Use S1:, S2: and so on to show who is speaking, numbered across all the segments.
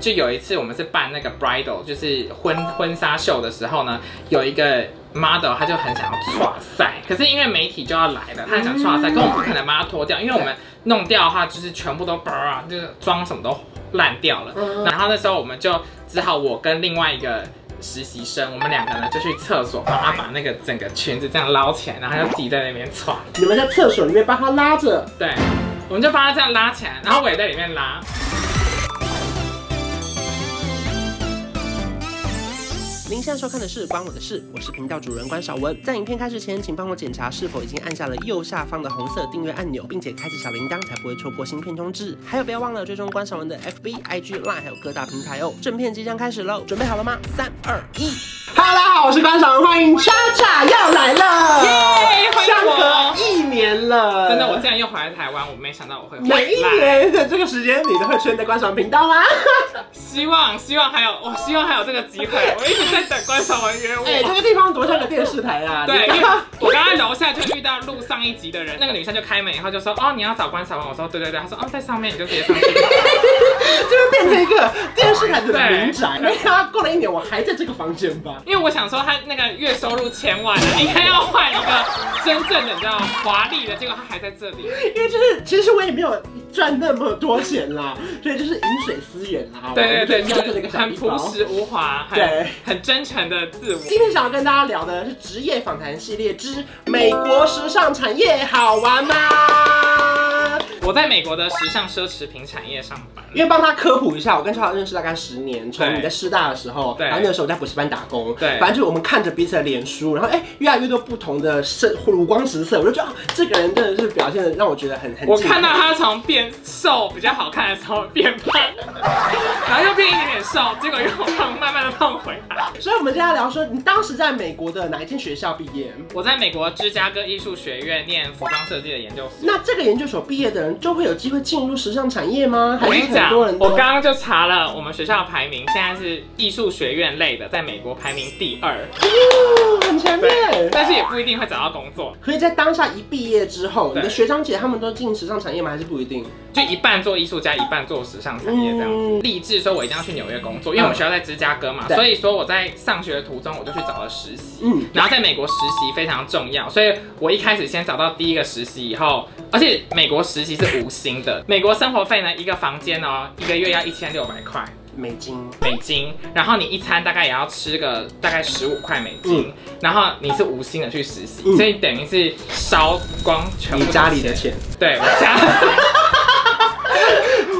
S1: 就有一次我们是办那个 bridal，就是婚婚纱秀的时候呢，有一个 model 他就很想要跨赛，可是因为媒体就要来
S2: 嗯
S1: 了，他很想跨赛，可我们不可能把它脱掉，因为我们弄掉的话就是全部都啊，就是妆什么都烂掉了。
S2: 嗯
S1: 然后那时候我们就只好我跟另外一个。实习生，我们两个呢就去厕所帮他把那个整个裙子这样捞起来，然后他就自己在那边穿。
S2: 你们在厕所里面帮他拉着，
S1: 对，我们就帮他这样拉起来，然后我也在里面拉。
S2: 您现在收看的是《关我的事》，我是频道主人关少文。在影片开始前，请帮我检查是否已经按下了右下方的红色订阅按钮，并且开启小铃铛，才不会错过新片通知。还有，不要忘了追踪关少文的 FB、IG、Line，还有各大平台哦。正片即将开始喽，准备好了吗？三、二、一，Hello，大家好，我是关少文，欢迎叉叉要来了，
S1: 耶欢迎我
S2: 相隔一年了，
S1: 真的，我竟然又回来台湾，我没想到我会回来。
S2: 每一年的这个时间，你都会出现在观赏频道吗？
S1: 希望希望还有我希望还有这个机会，我一直在等观众们约我。
S2: 哎、这个地方多像个电视台啊！
S1: 对，因为
S2: 你看
S1: 我刚刚楼下就遇到录上一集的人，那个女生就开门以后就说：“哦，你要找关少文。”我说：“对对对。”她说：“哦，在上面你就直接上去。
S2: 就会变成一个电视台的民宅。
S1: 对
S2: 没想到过了一年，我还在这个房间吧”。
S1: 因为我想说她那个月收入千万，哎应该要换一个真正的你知道华丽的，结果她还在这里。
S2: 因为就是，其实我也没有赚那么多钱啦，所以就是饮水思源啦。
S1: 对对对，
S2: 我们就这
S1: 就
S2: 个
S1: 是
S2: 小地
S1: 很朴
S2: 方。
S1: 实无华，很
S2: 对
S1: 很真诚的自我。
S2: 今天想要跟大家聊的是职业访谈系列之美国时尚产业好玩吗？
S1: 我在美国的时尚奢侈品产业上班，
S2: 因为帮他科普一下，我跟超超认识大概十年，从
S1: 对
S2: 你在师大的时候，
S1: 对
S2: 然后那个时候我在补习班打工，
S1: 对
S2: 反正就是我们看着彼此的脸书，然后哎、越来越多不同的生五光十色，我就觉得、啊这个人真的是表现的让我觉得很很。
S1: 我看到他从变瘦比较好看的时候变胖， 然后又变一点点瘦，结果又胖，慢慢的胖回来。
S2: 他，所以我们今天要聊说，你当时在美国的哪一间学校毕业？
S1: 我在美国芝加哥艺术学院念服装设计的研究所。
S2: 那这个研究所毕业的人就会有机会进入时尚产业吗？还
S1: 我跟
S2: 是
S1: 你
S2: 很
S1: 讲，
S2: 多人都
S1: 我刚刚就查了我们学校的排名，现在是艺术学院类的，在美国排名第二，
S2: 哦很前面
S1: 对，？但是也不一定会找到工作，
S2: 可以在当下一毕业之后，你的
S1: 对
S2: 学长姐他们都进时尚产业吗？还是不一定？
S1: 就一半做艺术家，一半做时尚产业这样子。
S2: 嗯
S1: 立志说我一定要去纽约工作，因为我们学校在芝加哥嘛，
S2: 对
S1: 所以说我在上学的途中我就去找了实习。
S2: 嗯，
S1: 然后在美国实习非常重要，所以我一开始先找到第一个实习以后，而且美国实习是无薪的， 美国生活费呢一个房间哦一个月要一千六百块
S2: 美金。
S1: 美金，然后你一餐大概也要吃个大概十五块美金，然后你是无薪的去实习，
S2: 嗯
S1: 所以等于是烧光全部
S2: 你家里的，钱，
S1: 对我家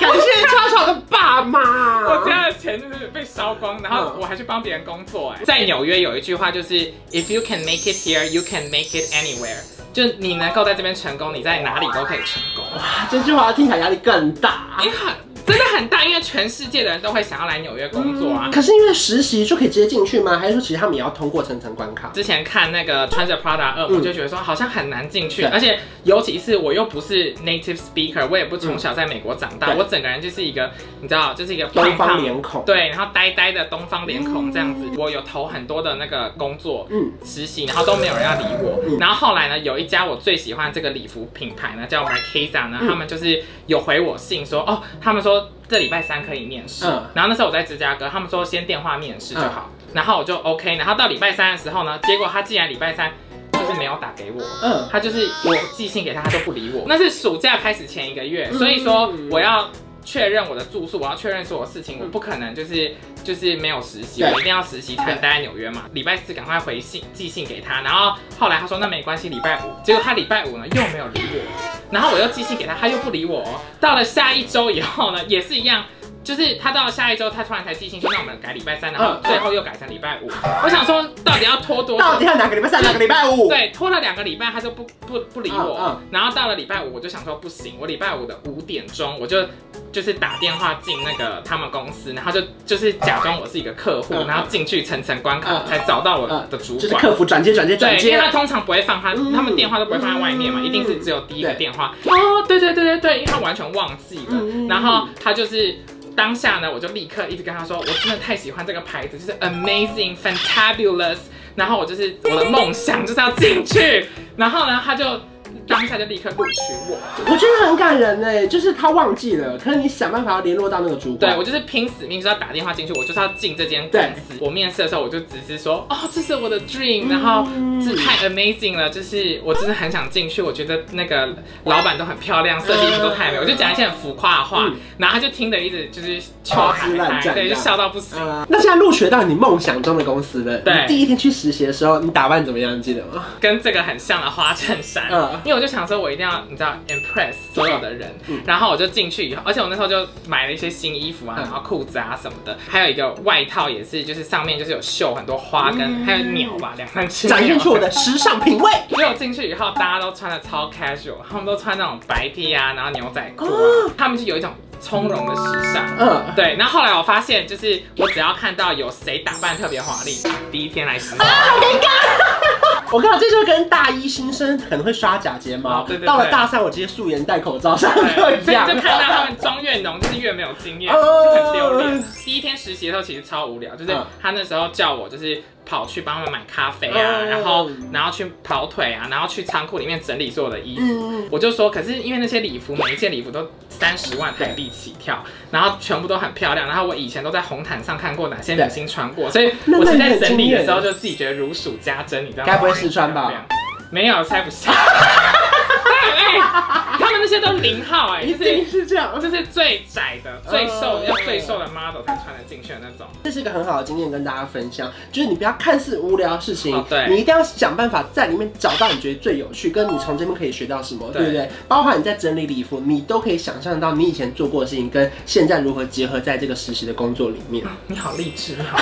S2: 感谢超超的爸妈。
S1: 我家的钱就是被烧光，然
S2: 嗯
S1: 后我还去帮别人工作哎、在纽约有一句话就是 "If you can make it here, you can make it anywhere"，就是你能够在这边成功，你在哪里都可以成功。
S2: 哇啊这句话听起来压力更大。
S1: 因为很真的很大，因为全世界的人都会想要来纽约工作啊。
S2: 可是因为实习就可以直接进去吗？还是说其实他们也要通过层层关卡？
S1: 之前看那个穿着 Prada 二，
S2: 嗯
S1: 我就觉得说好像很难进去，
S2: 对
S1: 而且尤其是我又不是 native speaker，我也不从小在美国长大，
S2: 嗯对
S1: 我整个人就是一个你知道，就是一个
S2: 东
S1: 胖
S2: 方
S1: 胖。
S2: 脸孔。，
S1: 对，然后呆呆的东方脸孔这样子，我有投很多的那个工作，
S2: 嗯，
S1: 实习，然后都没有人要理
S2: 嗯
S1: 我。然后后来呢，有一家我最喜欢这个礼服品牌呢，叫 Marquesa 呢，
S2: 嗯
S1: 他们就是有回我信说，哦，他们说这礼拜三可以面试
S2: 嗯。
S1: 然后那时候我在芝加哥，他们说先电话面试就好。然后我就 OK，然后到礼拜三的时候呢，结果他竟然礼拜三就是没有打给我。
S2: 嗯，
S1: 他就是我寄信给他，他都不理我。那是暑假开始前一个月，
S2: 嗯
S1: 所以说我要确认我的住宿，我要确认所有事情，我不可能就是就是没有实习，
S2: 对
S1: 我一定要实习才能待在纽约嘛。礼拜四赶快回信寄信给他，然后后来他说那没关系，礼拜五。结果他礼拜五呢又没有理我，然后我又寄信给他，他又不理我哦。到了下一周以后呢，也 是一样。就是他到了下一周，他突然才寄信说，那我们改礼拜三，然后
S2: 嗯
S1: 最后又改成礼拜五。我想说，到底要拖多久？
S2: 到底要哪个礼拜三，哪个礼拜五？，
S1: 对，拖了两个礼拜，他就不不不理我。
S2: 哦嗯
S1: 然后到了礼拜五，我就想说不行，我礼拜五的五点钟我就就是打电话进那个他们公司，然后就就是假装我是一个客户，
S2: 嗯
S1: 然后进去层层关卡、
S2: 嗯
S1: 才找到我
S2: 嗯
S1: 的主
S2: 就是
S1: 管。
S2: 客服转接、转接、转
S1: 对，因为
S2: 接。
S1: 他通常不会放他，
S2: 嗯
S1: 他们电话都不会放在外面嘛，
S2: 嗯
S1: 一定是只有第一个
S2: 对
S1: 电话。哦，对对对对对，因为他完全忘记了
S2: 嗯嗯嗯。
S1: 然后他就是当下呢，我就立刻一直跟他说，我真的太喜欢这个牌子，就是 amazing, fantabulous。然后我就是我的梦想就是要进去。然后呢，他就当下就立刻录取我。
S2: 我觉得很感人哎，就是他忘记了，可是你想办法要联络到那个主管。
S1: 对我就是拼死命就是要打电话进去，我就是要进这间公司。我面试的时候我就只是说，哦，这是我的
S2: 嗯
S1: dream，然后这太 amazing 了，就是我真的很想进去，我觉得那个老板都很漂亮，设计师都太美，我就讲一些很浮夸的话
S2: 嗯，
S1: 然后他就听得一直就是秋
S2: 花枝
S1: 海
S2: 乱
S1: 苔，
S2: 颤
S1: 对，
S2: 这
S1: 就
S2: 样
S1: 笑到不行。
S2: 啊那现在录取到你梦想中的公司了，
S1: 对
S2: 你第一天去实习的时候，你打扮怎么样？你记得吗？
S1: 跟这个很像的花衬衫，
S2: 嗯
S1: 因为我就想说，我一定要你知道 impress 所有的人，
S2: 嗯
S1: 然后我就进去以后，而且我那时候就买了一些新衣服啊，
S2: 嗯
S1: 然后裤子啊什么的，还有一个外套也是，就是上面就是有绣很多花跟、还有鸟吧，两三只鸟
S2: 嗯展现出我的时尚品味。
S1: 结果进去以后，大家都穿的超 casual，他们都穿那种白 T 啊，然后牛仔裤啊，
S2: 哦
S1: 他们就有一种从容的时尚。
S2: 嗯，
S1: 对，那后来我发现，就是我只要看到有谁打扮特别华丽，第一天来实习，
S2: 我跟你讲，这就跟大一新生可能会刷假睫毛，
S1: 哦对对对
S2: 到了大三我直接素颜戴口罩上课
S1: 对，
S2: 一
S1: 所以
S2: 样。
S1: 就看到他们妆越浓，就是越没有经验，
S2: 哦
S1: 就很丢脸。第一天实习的时候其实超无聊，就是
S2: 嗯
S1: 他那时候叫我就是跑去帮他们买咖啡啊，
S2: 哦
S1: 然后然后去跑腿啊，然后去仓库里面整理所有的衣服。
S2: 嗯，
S1: 我就说，可是因为那些礼服，每一件礼服都三十万台币起跳，然后全部都很漂亮，然后我以前都在红毯上看过哪些明星穿过，所以
S2: 那
S1: 我
S2: 那
S1: 是
S2: 你
S1: 在
S2: 很
S1: 整理
S2: 惊
S1: 的
S2: 艳
S1: 时候就自己觉得如数家珍，你知道吗？
S2: 该不会试穿吧
S1: 漂亮？没有，猜不 上。哎他们那些都零号哎、
S2: 一
S1: 就是
S2: 定是这样。
S1: 就是最窄的、最瘦
S2: 哦
S1: 要最瘦的 model 才穿得进去的那种。
S2: 这是一个很好的经验跟大家分享，就是你不要看似无聊的事情，
S1: 哦对
S2: 你一定要想办法在里面找到你觉得最有趣，跟你从这边可以学到什么，
S1: 对
S2: 对不对？包括你在整理礼服，你都可以想象到你以前做过的事情跟现在如何结合在这个实习的工作里面。
S1: 你好励志， 你好。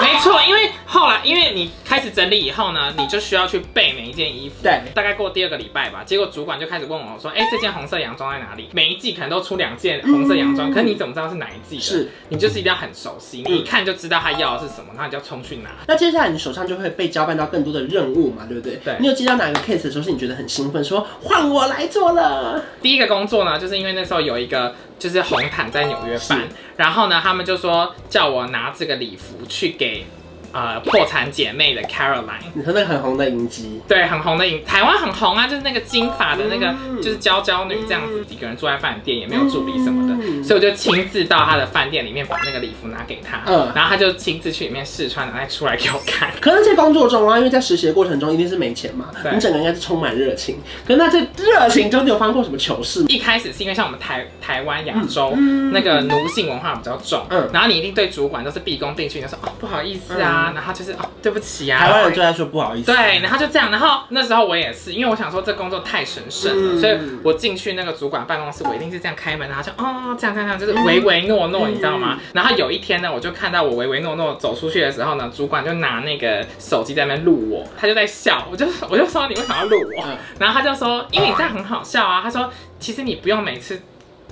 S1: 没错，因为后来因为你开始整理以后呢，你就需要去备每一件衣服。
S2: 对
S1: 大概过第二个礼拜吧，结果主管就开始问我说：“哎、这件红色洋装在哪里？”每一季可能都出两件红色洋装，
S2: 嗯
S1: 可你怎么知道是哪一季的？
S2: 是，嗯
S1: 你就是一定要很熟悉，你一看就知道他要的是什么，然后你就要冲去拿。
S2: 那接下来你手上就会被交办到更多的任务嘛，对不对？
S1: 对
S2: 你有接到哪个 case 的时候是你觉得很兴奋，说换我来做了？
S1: 第一个工作呢，就是因为那时候有一个就是红毯在纽约办
S2: 是，
S1: 然后呢，他们就说叫我拿这个礼服去给呃破产姐妹的 Caroline。
S2: 你说那个很红的银姬，
S1: 对，很红的影，台湾很红啊，就是那个金发的那个，
S2: 嗯
S1: 就是娇娇女这样子，一个人住在饭店，也没有助理什么的，
S2: 嗯
S1: 所以我就亲自到她的饭店里面把那个礼服拿给她，
S2: 嗯
S1: 然后她就亲自去里面试穿，然后再出来给我看。
S2: 可能在工作中啊，因为在实习的过程中一定是没钱嘛，
S1: 对
S2: 你整个应该是充满热情。可那在热情中，你有发生过什么糗事吗？
S1: 一开始是因为像我们台台湾亚洲、
S2: 嗯
S1: 那个奴性文化比较重，
S2: 嗯
S1: 然后你一定对主管都是毕恭毕敬，就说哦不好意思啊，然后就是哦对不起啊，
S2: 嗯台湾人最爱说不好意思。
S1: 对，然后就这样，然后那时候我也是，因为我想说这工作太神圣了，
S2: 嗯
S1: 所以我进去那个主管办公室，我一定是这样开门，然后就哦这样这样这样，就是唯唯诺诺，
S2: 嗯
S1: 你知道吗？然后有一天呢，我就看到我唯唯诺诺走出去的时候呢，主管就拿那个手机在那边录我，他就在笑，我就我就说你为什么要录我？
S2: 嗯
S1: 然后他就说，因为你这样很好笑啊，他说其实你不用每次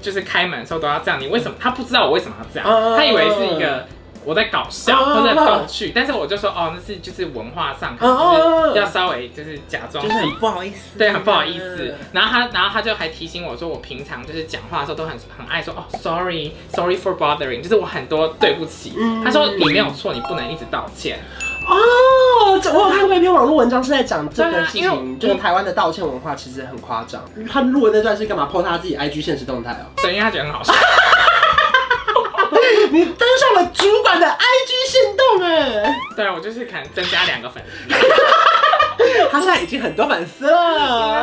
S1: 就是开门的时候都要这样，你为什么？他不知道我为什么要这样，
S2: 哦
S1: 他以为是一个。我在搞笑
S2: 哦
S1: 或者逗趣，但是我就说哦，那是就是文化上可能就是
S2: 哦
S1: 要稍微就是假装
S2: 就
S1: 自
S2: 是很
S1: 己。
S2: 不好意思，
S1: 对，很不好意思。然后他，然后他就还提醒我说，我平常就是讲话的时候都很很爱说哦，sorry，sorry for bothering，就是我很多对不起。
S2: 嗯
S1: 他说你没有错，你不能一直道歉。
S2: 哦，这我有看过一篇网络文章是在讲这
S1: 对
S2: 个
S1: 啊
S2: 事
S1: 因为
S2: 情，
S1: 我
S2: 就是台湾的道歉文化其实很夸张。他录的那段是干嘛？po 他自己 IG 现实动态哦。
S1: 对，因为他觉得很好笑。
S2: 你登上了主管的 IG 现动哎，
S1: 对啊，我就是可能增加两个粉丝。
S2: 他现在已经很多粉丝了。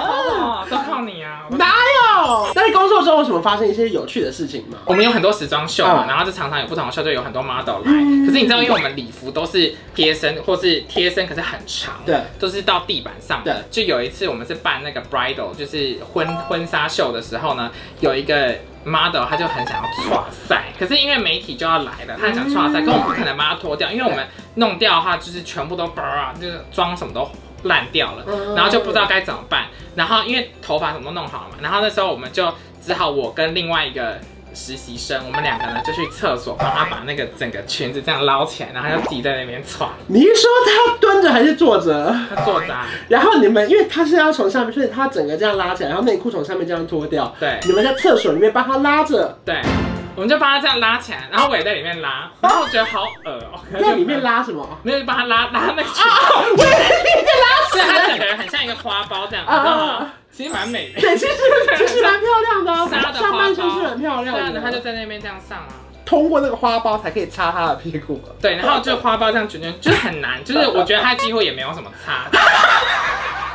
S1: 哦，都靠你啊！我都
S2: 哪有？那在工作中有什么发生一些有趣的事情吗？
S1: 我们有很多时装秀嘛，
S2: 嗯
S1: 然后就常常有不同的秀，就有很多 model 来。
S2: 嗯
S1: 可是你知道，因为我们礼服都是贴身，或是贴身可是很长，
S2: 对，
S1: 都是到地板上的。就有一次我们是办那个 bridal，就是婚婚纱秀的时候呢，有一个 model 他就很想要跨赛，可是因为媒体就要来
S2: 嗯
S1: 了，他很想跨赛，可我们不可能把它脱掉，因为我们弄掉的话就是全部都啊，就是妆什么都烂掉了。
S2: 嗯
S1: 然后就不知道该怎么办。然后因为头发什么都弄好了嘛，然后那时候我们就只好我跟另外一个实习生，我们两个呢就去厕所帮他把那个整个裙子这样捞起来，然后他就自己在那边穿，
S2: 你是说他蹲着还是坐 着？
S1: 他坐着、啊。
S2: 然后你们因为他是要从上面，所以他整个这样拉起来，然后内裤从上面这样脱掉。
S1: 对
S2: 你们在厕所里面帮他拉着，
S1: 对，我们就帮他这样拉起来，然后我也在里面拉，然后我觉得好恶哦、
S2: 在里面，拉什么？
S1: 没有就帮他拉拉那个裙子。
S2: 我以为你在拉
S1: 所以她整个人很像一个花苞这样，你知
S2: 啊
S1: 道吗？其实蛮美的。
S2: 对，其实其实蛮漂亮的啊，
S1: 纱的花苞
S2: 上半身是很漂
S1: 对
S2: 亮
S1: 啊，
S2: 的，
S1: 她就在那边这样上啊。
S2: 通过那个花苞才可以擦她的屁股。
S1: 对，然后就花苞这样卷卷，就是很难，就是我觉得她几乎也没有什么 擦。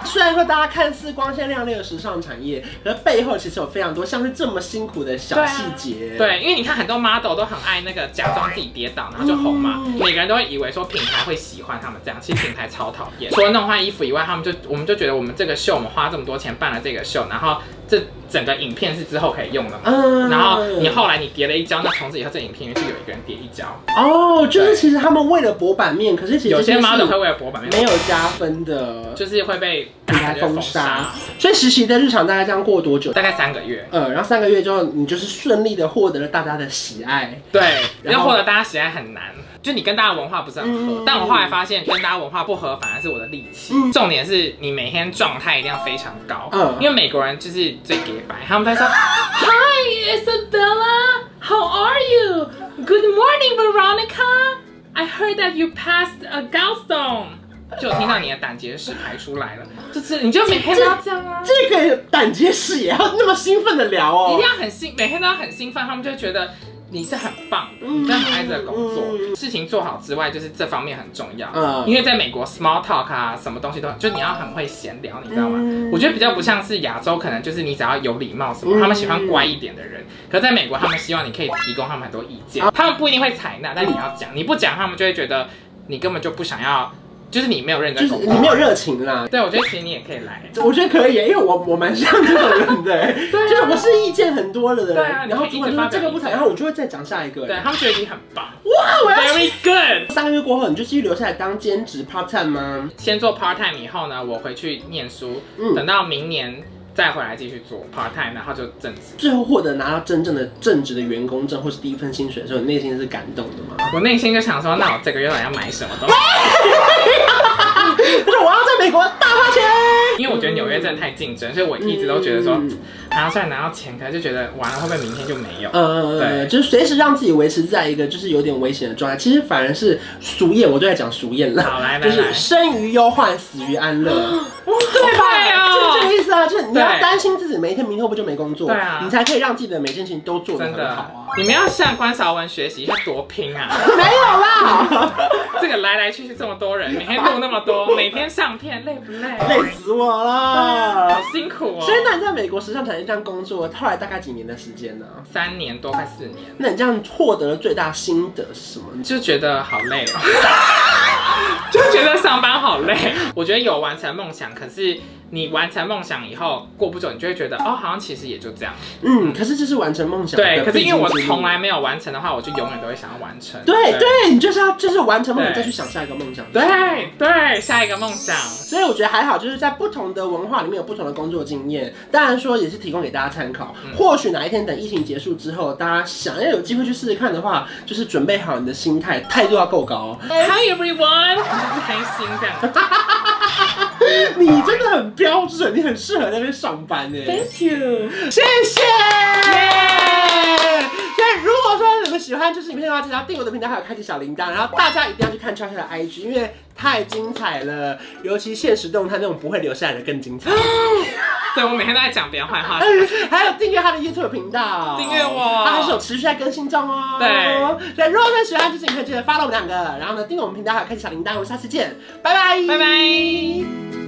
S2: 虽然说大家看似光鲜亮丽的时尚产业，可是背后其实有非常多像是这么辛苦的小细节。
S1: 对，因为你看很多 model 都很爱那个假装自己跌倒，然后就红嘛，
S2: 嗯
S1: 每个人都会以为说品牌会喜欢他们这样，其实品牌超讨厌。除了弄坏衣服以外，他们就我们就觉得我们这个秀，我们花这么多钱办了这个秀，然后这整个影片是之后可以用的嘛。
S2: 嗯
S1: 然后你后来你跌了一跤，那从此以后这影片就有一个人跌一跤。
S2: 哦，就是其实他们为了博版面，可是其实
S1: 有些
S2: 这件事
S1: model 会为了博版面，
S2: 没有加分的，
S1: 就是会被
S2: 品牌封
S1: 封
S2: 杀。所以实习的日常大概这样过多久？
S1: 大概三个月。
S2: 呃，然后三个月之后，你就是顺利的获得了大家的喜爱。
S1: 对，
S2: 然
S1: 要
S2: 后
S1: 获得大家喜爱很难，就你跟大家文化不是很合。
S2: 嗯
S1: 但我后来发现，跟大家文化不合反而是我的利器。
S2: 嗯
S1: 重点是你每天状态一定要非常高，
S2: 嗯
S1: 因为美国人就是最给白，他们都会 说 Hi Isabella, how are you? Good morning, Veronica. I heard that you passed a gallstone. 就有听到你的胆结石排出来了，就是你就每天都要这样啊。
S2: 这个胆结石也要那么兴奋的聊
S1: 一
S2: 哦
S1: 定。要很兴，每天都要很兴奋，他们就会觉得你是很棒的，你真的很爱这个工作。
S2: 嗯
S1: 事情做好之外，就是这方面很重要。
S2: 嗯
S1: 因为在美国，small talk 啊，什么东西都很，就你要很会闲聊，你知道吗？
S2: 嗯
S1: 我觉得比较不像是亚洲，可能就是你只要有礼貌什么，
S2: 嗯
S1: 他们喜欢乖一点的人。可在美国，他们希望你可以提供他们很多意见，
S2: 啊
S1: 他们不一定会采纳，但你要讲，你不讲，他们就会觉得你根本就不想要，就是你没有认
S2: 就
S1: 真
S2: 是
S1: 工
S2: 你没
S1: 作。
S2: 有热情啦，
S1: 对，我觉得其实你也可以来。
S2: 我觉得可以，因为我我蛮像这种人的、
S1: 对啊
S2: 就是我是意见很多的人，
S1: 对啊
S2: 然后
S1: 你可以一
S2: 主管
S1: 直
S2: 就
S1: 发表
S2: 说这个不
S1: 意
S2: 采，
S1: 见
S2: 然后我就会再讲下一个、
S1: 对啊
S2: 哇，
S1: 他们觉得你很棒
S2: 我要
S1: ，very good。
S2: 三个月过后，你就继续留下来当兼职 part time 吗？
S1: 先做 part time 以后呢，我回去念书，
S2: 嗯
S1: 等到明年再回来继续做 part time，然后就正职。
S2: 最后获得拿到真正的正职的员工证或是第一份薪水的时候，你内心是感动的 吗？
S1: 我内心就想说，那我这个月到底要买什么东西？
S2: 啊就是我要在美国大花钱。
S1: 因为我觉得纽约真的太竞争，所以我一直都觉得
S2: 嗯
S1: 说，拿到虽然拿到钱，可是就觉得完了会不会明天就没有？
S2: 呃，
S1: 对
S2: 就是随时让自己维持在一个就是有点危险的状态。其实反而是俗谚，我都在讲俗谚了，
S1: 好来来
S2: 就是
S1: 来，
S2: 生于忧患，死于安乐，
S1: 对
S2: 就是这个
S1: 哦，
S2: 意思啊。就是你要
S1: 对
S2: 担心自己每一天明天会不会就没工作，
S1: 对啊
S2: 你才可以让自己的每件事情都做得
S1: 真
S2: 很
S1: 的
S2: 好啊。，
S1: 你们要向关韶文学习，他多拼啊！
S2: 没有啦，
S1: 这个来来去去这么多人，每天录那么多，每天上片，累不累？
S2: 累啊死我
S1: 好
S2: 了。
S1: 辛苦哦。
S2: 所以，那你在美国时尚产业这样工作，后来大概几年的时间呢？
S1: 三年多，快四年。
S2: 那你这样获得的最大心得是什么？
S1: 就觉得好累哦， 就觉得上班好累。我觉得有完成梦想，可是你完成梦想以后，过不久你就会觉得哦，好像其实也就这样。
S2: 嗯，可是这是完成梦想的必
S1: 对，
S2: 经之路。
S1: 可是因为我从来没有完成的话，我就永远都会想要完成。
S2: 对对，你就是要就是完成梦想，
S1: 对
S2: 再去想下一个梦想。
S1: 对对，下一个梦想。
S2: 所以我觉得还好，就是在不同的文化里面有不同的工作经验。当然说也是提供给大家参考。或许哪一天等疫情结束之后，大家想要有机会去试试看的话，就是准备好你的心态，态度要够高。
S1: Hi everyone，就是开心这样。
S2: 你真的很标准，你很适合在那边上班哎。
S1: Thank you。
S2: 谢谢。所以如果说你们喜欢这支影片的话，记得要订阅我的频道，还有开启小铃铛。然后大家一定要去看 Chacha 的 IG，因为太精彩了，尤其现实动态那种不会留下来的更 精彩。
S1: 对我每天都在讲别人坏话。
S2: 还有订阅他的 YouTube 频道，
S1: 订阅我
S2: 他还是有持续在更新中哦。
S1: 对，
S2: 所以如果说喜欢这支影片，记得 follow 我们两个，然后呢订阅我们频道，还有开启小铃铛。我们下次见，拜拜，
S1: 拜。拜。